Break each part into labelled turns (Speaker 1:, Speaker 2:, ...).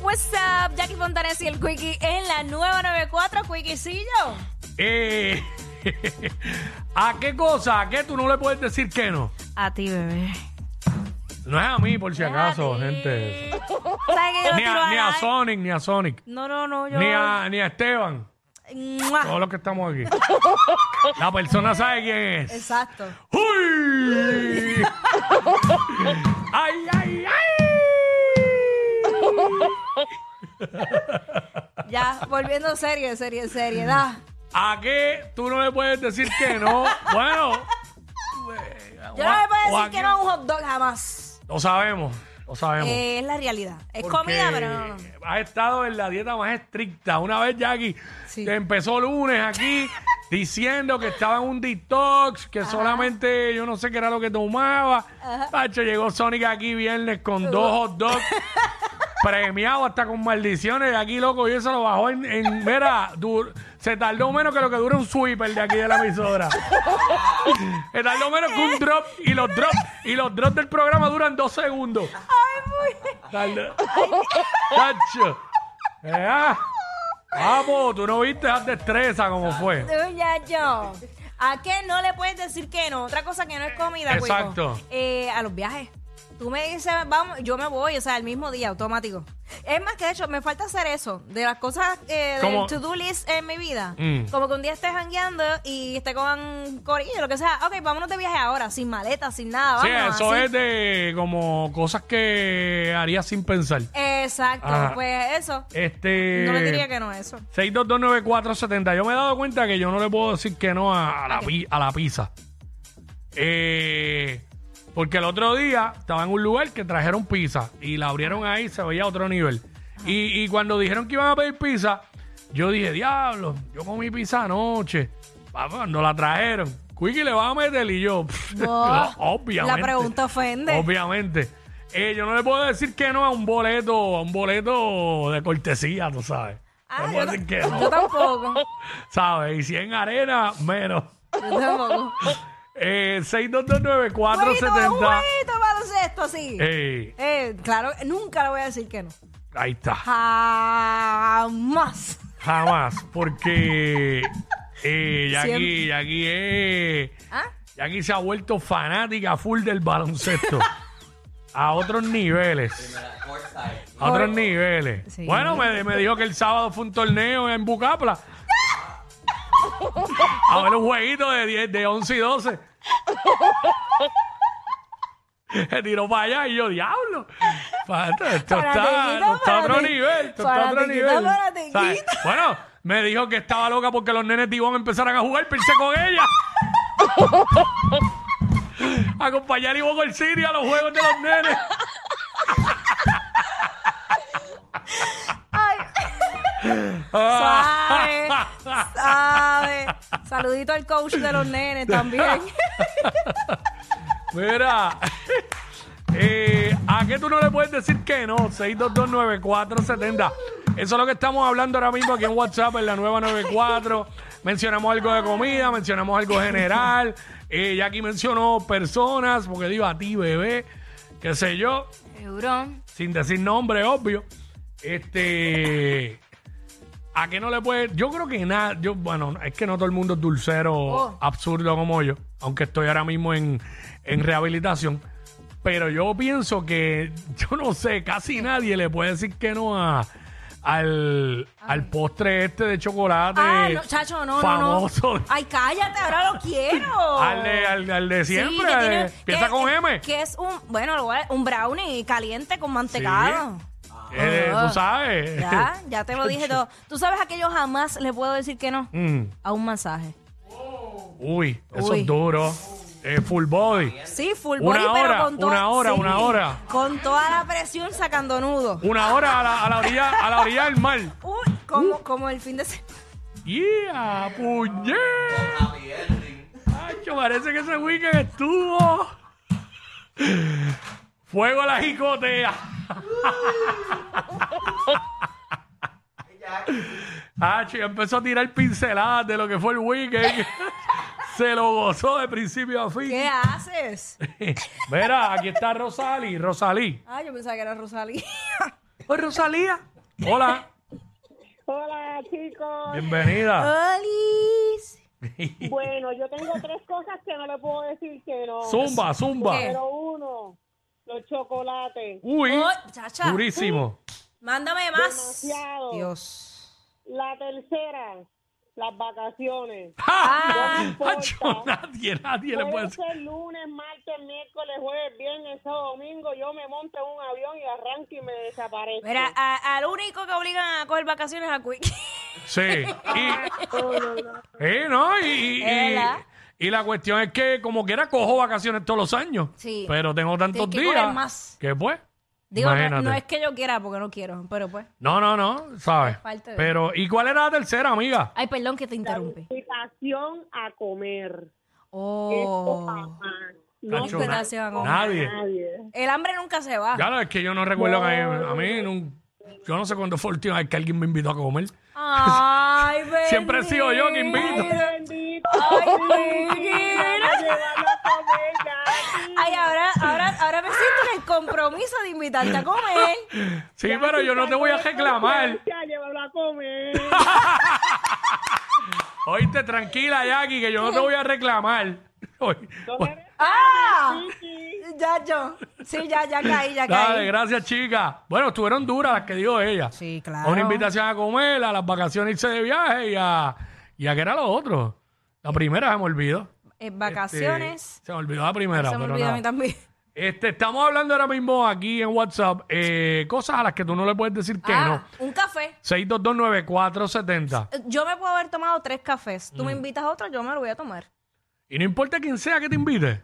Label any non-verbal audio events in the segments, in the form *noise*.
Speaker 1: What's up, Jackie Fontanes y el Quickie en la nueva 94, Quickiecillo.
Speaker 2: Eh, *laughs* ¿A qué cosa? ¿A qué tú no le puedes decir que no?
Speaker 1: A ti, bebé.
Speaker 2: No es a mí, por si acaso,
Speaker 1: ti.
Speaker 2: gente.
Speaker 1: ¿Sabes que yo lo
Speaker 2: Ni
Speaker 1: tiro
Speaker 2: a,
Speaker 1: a
Speaker 2: ni a
Speaker 1: la-
Speaker 2: Sonic, ni a Sonic.
Speaker 1: No, no, no, yo.
Speaker 2: Ni a, ni a Esteban.
Speaker 1: ¡Mua!
Speaker 2: Todos los que
Speaker 1: *laughs*
Speaker 2: estamos aquí. La persona sabe quién es.
Speaker 1: Exacto. *laughs*
Speaker 2: ¡Uy! ¡Ay, ay, ay!
Speaker 1: Ya, volviendo serio, serio,
Speaker 2: Mm.
Speaker 1: seriedad.
Speaker 2: ¿A qué tú no le puedes decir que no? Bueno. eh,
Speaker 1: Yo
Speaker 2: o
Speaker 1: no
Speaker 2: a-
Speaker 1: le puedo
Speaker 2: o
Speaker 1: decir
Speaker 2: a
Speaker 1: que
Speaker 2: quién-
Speaker 1: no a un hot dog jamás.
Speaker 2: Lo sabemos, lo sabemos.
Speaker 1: Eh, es la realidad. Es
Speaker 2: Porque
Speaker 1: comida, pero no, no.
Speaker 2: Has estado en la dieta más estricta. Una vez Jackie
Speaker 1: Sí.
Speaker 2: te empezó lunes
Speaker 1: *laughs*
Speaker 2: aquí diciendo que estaba en un detox, que solamente yo no sé qué era lo que tomaba. Pacho, llegó Sonic aquí viernes con dos hot
Speaker 1: *laughs*
Speaker 2: dogs. Premiado hasta con maldiciones. Y aquí, loco, y eso lo bajó en. en- mira, dur- se tardó menos que lo que dura un sweeper de aquí de la emisora.
Speaker 1: *laughs*
Speaker 2: se tardó menos que un drop. Y los drops y los drops del programa duran dos segundos. Dale. Tacho. Eh, ah. Vamos, tú no viste esa destreza como fue.
Speaker 1: Tú, Ya, yo. ¿A qué no le puedes decir que no? Otra cosa que no es comida, Cuico.
Speaker 2: Exacto.
Speaker 1: Eh, a los viajes. Tú me dices, vamos, yo me voy, o sea, el mismo día, automático. Es más que de hecho, me falta hacer eso. De las cosas eh, del
Speaker 2: Como-
Speaker 1: to-do list en mi vida.
Speaker 2: Mm.
Speaker 1: Como que un día estés jangueando y esté con corillo, lo que sea. Ok, vámonos de viaje ahora, sin maleta, sin nada.
Speaker 2: Sí,
Speaker 1: vámonos,
Speaker 2: eso
Speaker 1: así.
Speaker 2: es de como cosas que haría sin pensar.
Speaker 1: Exacto,
Speaker 2: Ajá.
Speaker 1: pues eso.
Speaker 2: Este.
Speaker 1: No le diría que no a
Speaker 2: *laughs*
Speaker 1: eso.
Speaker 2: 6229470. Yo me he dado cuenta que yo no le puedo decir que no a, a la, pi- a la pizza. Eh, porque el otro día estaba en un lugar que trajeron pizza y la abrieron ahí, se veía a otro nivel. Y, y cuando dijeron que iban a pedir pizza, yo dije, diablo, yo comí pizza anoche. Papá, Cuando la trajeron, Quickie le va a meter y yo, *laughs* pff,
Speaker 1: Buah,
Speaker 2: obviamente.
Speaker 1: La pregunta ofende.
Speaker 2: Obviamente. Eh, yo no le puedo decir que no a un boleto, a un boleto de cortesía, tú sabes.
Speaker 1: Ah,
Speaker 2: no
Speaker 1: yo,
Speaker 2: puedo decir que
Speaker 1: yo
Speaker 2: no.
Speaker 1: tampoco.
Speaker 2: *laughs* ¿Sabes? Y si en arena, menos.
Speaker 1: Yo tampoco.
Speaker 2: Eh,
Speaker 1: Jueguito,
Speaker 2: 6229470.
Speaker 1: jueguito baloncesto, sí.
Speaker 2: Eh,
Speaker 1: Eh, claro, nunca le voy a decir que no.
Speaker 2: ahí está.
Speaker 1: Jamás.
Speaker 2: Jamás. Porque eh, Jackie,
Speaker 1: Siempre.
Speaker 2: Jackie, eh,
Speaker 1: ¿Ah?
Speaker 2: Jackie se ha vuelto fanática full del baloncesto. a otros niveles. A otros niveles.
Speaker 1: Sí.
Speaker 2: Bueno, me, me dijo que el sábado fue un torneo en Bucapla. A ver un jueguito de, 10, de 11 y 12. *laughs* Se tiró para allá y yo, diablo. Pa- Esto, esto está,
Speaker 1: Fanatiquito,
Speaker 2: esto está a otro
Speaker 1: fanati-
Speaker 2: nivel. Esto está a otro
Speaker 1: fanatiquito,
Speaker 2: nivel.
Speaker 1: fanatiquito.
Speaker 2: ¿Sabes? Bueno, me dijo que estaba loca porque los nenes tibón empezaran a jugar, pensé con ella. Acompañar a Ivo Gorcini a los juegos de los nenes.
Speaker 1: Ay, sabe, sabe. Saludito al coach de los nenes también.
Speaker 2: Mira, *laughs* eh, ¿a qué tú no le puedes decir que no? 6229470. Eso es lo que estamos hablando ahora mismo aquí en WhatsApp, en la nueva 94. Mencionamos algo de comida, mencionamos algo general. Eh, Jackie mencionó personas, porque digo a ti, bebé, qué sé yo,
Speaker 1: Seguro.
Speaker 2: sin decir nombre, obvio. Este. ¿A qué no le puedes.? Yo creo que nada. Yo, bueno, es que no todo el mundo es dulcero,
Speaker 1: Oh.
Speaker 2: absurdo como yo, aunque estoy ahora mismo en, en rehabilitación. Pero yo pienso que, yo no sé, casi nadie le puede decir que no a, al, al postre este de chocolate.
Speaker 1: Ah, no, chacho, no, Ah,
Speaker 2: famoso.
Speaker 1: no, no. Ay, cállate, ahora lo quiero.
Speaker 2: Al de, al- al de
Speaker 1: Sí,
Speaker 2: siempre.
Speaker 1: que
Speaker 2: al de-
Speaker 1: tiene-
Speaker 2: empieza
Speaker 1: que-
Speaker 2: con
Speaker 1: que-
Speaker 2: M.
Speaker 1: Que es un, bueno, lo voy a- un brownie caliente con mantecado.
Speaker 2: Eh,
Speaker 1: Ah.
Speaker 2: tú sabes.
Speaker 1: Ya, ya te lo dije todo. Tú sabes a que yo jamás le puedo decir que no
Speaker 2: Mm.
Speaker 1: a un masaje.
Speaker 2: Uy, eso
Speaker 1: Uy.
Speaker 2: es duro. eh, full body.
Speaker 1: Sí, full
Speaker 2: Una
Speaker 1: body,
Speaker 2: hora,
Speaker 1: pero con toda...
Speaker 2: una hora,
Speaker 1: sí,
Speaker 2: una hora.
Speaker 1: Con toda la presión sacando nudo.
Speaker 2: Una hora a la, a la orilla, a la orilla del mar.
Speaker 1: Uy, como,
Speaker 2: Uh.
Speaker 1: como el fin de semana.
Speaker 2: ¡Yeah! ¡Puñet! Acho, parece que ese weekend estuvo. Fuego a la jicotea. Acho, y empezó a tirar pinceladas de lo que fue el weekend. Se lo gozó de principio a fin.
Speaker 1: ¿Qué haces?
Speaker 2: Mira, aquí está Rosalí. Rosalí.
Speaker 1: Ah, yo pensaba que era
Speaker 2: *laughs*
Speaker 1: Rosalía.
Speaker 2: Hola, Pues Rosalía. Hola.
Speaker 3: Hola chicos.
Speaker 2: Bienvenida.
Speaker 1: ¡Olis!
Speaker 3: Bueno, yo tengo tres cosas que no le puedo decir que no.
Speaker 2: Zumba, zumba.
Speaker 1: ¿Qué?
Speaker 3: Pero uno, los chocolates,
Speaker 2: Uy.
Speaker 1: Oh, chacha.
Speaker 2: Durísimo.
Speaker 1: Mándame más.
Speaker 3: demasiado.
Speaker 1: Dios.
Speaker 3: La tercera, las vacaciones.
Speaker 2: Ah,
Speaker 3: No
Speaker 2: macho,
Speaker 3: importa.
Speaker 2: nadie, nadie le puede
Speaker 3: Puede
Speaker 2: decir.
Speaker 3: ser lunes, martes, miércoles, jueves, viernes, sábado, domingo. Yo me monto en un avión y arranco y me desaparezco.
Speaker 1: Mira, ah, a- al único que obligan a coger vacaciones es a Quick.
Speaker 2: Sí.
Speaker 1: Ah,
Speaker 2: Y, eh, no, y, y-
Speaker 1: Es verdad.
Speaker 2: y- y la cuestión es que como quiera cojo vacaciones todos los años.
Speaker 1: Sí.
Speaker 2: Pero tengo tantos
Speaker 1: Tienes que
Speaker 2: días.
Speaker 1: coger más.
Speaker 2: Que pues.
Speaker 1: *laughs* Digo, no,
Speaker 2: imagínate.
Speaker 1: no es que yo quiera porque no quiero, pero pues.
Speaker 2: no, no, no, ¿sabes?
Speaker 1: Falta de-
Speaker 2: Pero, ¿y cuál era la tercera, amiga?
Speaker 1: Ay, perdón que te interrumpí.
Speaker 3: Invitación a comer. Esto
Speaker 1: Oh.
Speaker 3: jamás.
Speaker 1: No,
Speaker 2: Nacho,
Speaker 1: te
Speaker 2: na-
Speaker 1: nació a comer.
Speaker 2: nadie.
Speaker 3: Nadie.
Speaker 1: El hambre nunca se va.
Speaker 2: Claro, es que yo no recuerdo que a mí, a mí nun- yo no sé cuándo fue la última vez que alguien me invitó a comer.
Speaker 1: Ay,
Speaker 2: *laughs* Siempre he sido yo que invito.
Speaker 3: Bendito.
Speaker 1: Ay,
Speaker 3: Vamos a llevarlo a comer, Jackie.
Speaker 1: Ay, ahora, ahora, ahora me siento en el compromiso de invitarte a comer.
Speaker 2: *laughs* Sí, pero yo no te voy a reclamar.
Speaker 3: Ya, llévalo a comer.
Speaker 2: Oíste, tranquila, Jackie, que yo no te voy a reclamar. *laughs* Oye, bueno,
Speaker 1: ¡Ah! Ya, yo. Sí, ya, ya caí, ya
Speaker 2: Dale,
Speaker 1: caí.
Speaker 2: gracias, chica. Bueno, estuvieron duras las que dio ella.
Speaker 1: Sí, claro.
Speaker 2: Una invitación a comer, a las vacaciones irse de viaje y a, y a que era lo otro. La primera se me olvidó.
Speaker 1: En
Speaker 2: Este,
Speaker 1: vacaciones.
Speaker 2: se me olvidó la primera,
Speaker 1: se me
Speaker 2: pero
Speaker 1: olvidó a
Speaker 2: nada.
Speaker 1: mí también.
Speaker 2: Este, estamos hablando ahora mismo aquí en WhatsApp eh, cosas a las que tú no le puedes decir que
Speaker 1: Ah,
Speaker 2: no.
Speaker 1: un café.
Speaker 2: 6229470.
Speaker 1: Yo me puedo haber tomado tres cafés.
Speaker 2: Mm.
Speaker 1: Tú me invitas a otro, yo me lo voy a
Speaker 2: *laughs*
Speaker 1: tomar.
Speaker 2: Y no importa quién sea que te invite.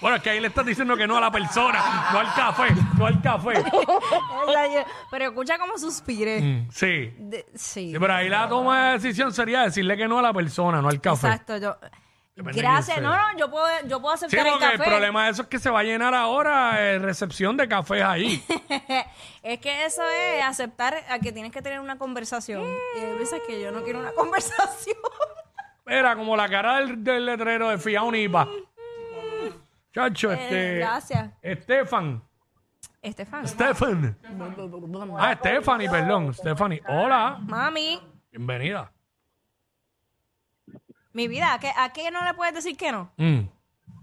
Speaker 2: Bueno, es que ahí le estás diciendo que no a la persona, no al café, no al
Speaker 1: *laughs*
Speaker 2: café.
Speaker 1: Esa yo- Pero escucha cómo suspire.
Speaker 2: Mm, Sí.
Speaker 1: sí.
Speaker 2: Sí, pero ahí la toma de decisión sería decirle que no a la persona, no al café.
Speaker 1: Exacto, yo.
Speaker 2: Depende de
Speaker 1: Gracias.
Speaker 2: quién
Speaker 1: No,
Speaker 2: sea.
Speaker 1: no, yo puedo, yo puedo
Speaker 2: Sí,
Speaker 1: aceptar el
Speaker 2: porque
Speaker 1: café.
Speaker 2: el problema de eso es que se va a llenar ahora eh, recepción de cafés
Speaker 1: *laughs*
Speaker 2: ahí.
Speaker 1: es que eso es aceptar a que tienes que tener una conversación. Y hay veces que yo no quiero una *laughs* conversación.
Speaker 2: Era como la cara del, del letrero de Fia Unipa. Chacho, este.
Speaker 1: Eh, gracias.
Speaker 2: Estefan.
Speaker 1: Estefan.
Speaker 2: Stefan. Ah, Stephanie, perdón. Stephanie. Hola.
Speaker 1: Mami,
Speaker 2: Bienvenida.
Speaker 1: mi vida, ¿a qué, ¿a qué no le puedes decir que no?
Speaker 2: Mm.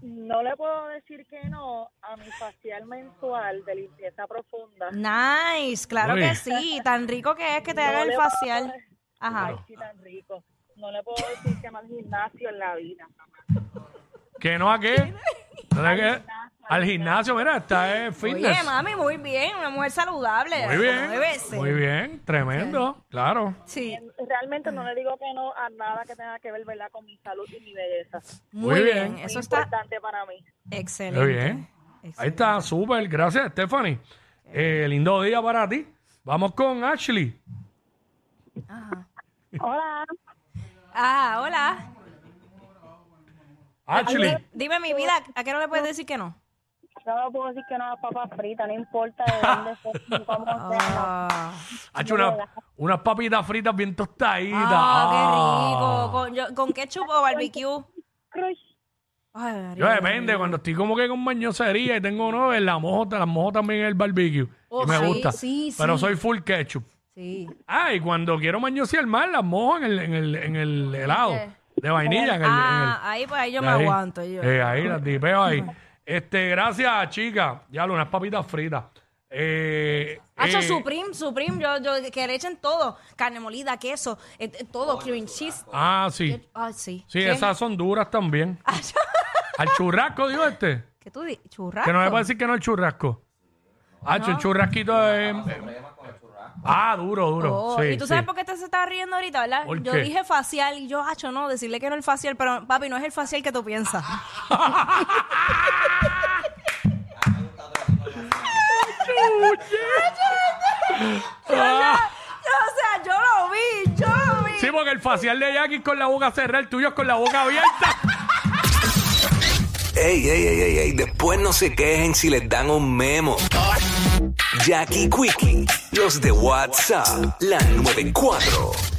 Speaker 3: No le puedo decir que no a mi facial mensual de limpieza profunda.
Speaker 1: Nice, claro
Speaker 2: Uy.
Speaker 1: que sí. Tan rico que es que te haga el facial. Ajá.
Speaker 3: Sí, tan rico. No le puedo decir que no al gimnasio en la vida.
Speaker 2: ¿Que no
Speaker 1: *laughs*
Speaker 2: a qué? ¿No de qué? Al gimnasio, mira, está eh, fitness.
Speaker 1: Oye, mami, muy bien. Una mujer saludable.
Speaker 2: Muy bien.
Speaker 1: Como debe ser.
Speaker 2: Muy bien, tremendo. Claro.
Speaker 1: Sí.
Speaker 3: Realmente no le digo que no a nada que tenga que ver, ¿verdad?, con mi salud y mi belleza.
Speaker 1: Muy,
Speaker 2: Muy
Speaker 1: bien.
Speaker 2: bien.
Speaker 1: Eso está
Speaker 3: Importante para mí.
Speaker 1: excelente.
Speaker 2: Muy bien. Ahí está, súper. Gracias, Stephanie. Eh, lindo día para ti. Vamos con Ashley.
Speaker 1: Ajá.
Speaker 3: Hola.
Speaker 1: Ah, hola.
Speaker 2: Ashley.
Speaker 1: Dime mi vida, ¿a qué no le puedes decir que no?
Speaker 3: No le puedo decir que no a las papas fritas, no importa de dónde sea, ni cómo sea.
Speaker 1: Ah,
Speaker 2: Ha hecho una- unas papitas fritas bien tostaditas.
Speaker 1: Ah, qué Ah, rico. ¿Con, yo- con ketchup o barbecue?
Speaker 3: Crush.
Speaker 1: Ay,
Speaker 2: Ah.
Speaker 1: María.
Speaker 2: Yo depende, cuando estoy como que con mañosería y tengo no, en la mojo, las mojo también en el barbecue.
Speaker 1: Oh,
Speaker 2: y me
Speaker 1: sí,
Speaker 2: gusta.
Speaker 1: sí,
Speaker 2: Pero
Speaker 1: sí.
Speaker 2: soy full ketchup.
Speaker 1: Sí.
Speaker 2: Ah, y cuando quiero mañosear más, las mojo en el, en el, en el helado de vainilla. En el, en el-
Speaker 1: Ah, ahí pues ahí yo me
Speaker 2: Ahí.
Speaker 1: aguanto. Yo.
Speaker 2: Eh, ahí, las dipeo ahí. Este, gracias, chica. Ya, unas papitas fritas. Eh,
Speaker 1: Hacho,
Speaker 2: eh,
Speaker 1: Ah, Supreme, Supreme, yo, yo, que le echen todo. Carne molida, queso, eh, eh, todo, cream cheese.
Speaker 2: Ah, sí.
Speaker 1: Ay, sí.
Speaker 2: Sí,
Speaker 1: ¿Qué?
Speaker 2: esas son duras también. Al churrasco, digo este.
Speaker 1: Ah, *laughs* ¿Qué tú dices? ¿Churrasco?
Speaker 2: Que no le puede decir que no al churrasco. Hacho, el churrasquito es... Ah, duro, duro.
Speaker 1: Oh,
Speaker 2: sí,
Speaker 1: y tú
Speaker 2: sí.
Speaker 1: sabes por qué te se estaba riendo ahorita, ¿verdad?
Speaker 2: ¿Por
Speaker 1: yo
Speaker 2: qué?
Speaker 1: dije facial y yo, hacho, no, decirle que no el facial, pero papi, no es el facial que tú
Speaker 2: *laughs*
Speaker 1: piensas.
Speaker 2: Ah.
Speaker 1: Yo, no- yo, o sea, yo lo vi, yo lo vi.
Speaker 2: Sí, porque el facial de Jackie es con la boca cerrada, el tuyo es con la boca abierta.
Speaker 4: Ey, ey, ey, ey, ey, después no se quejen si les dan un memo. Jackie Quickie, los de WhatsApp, la 94.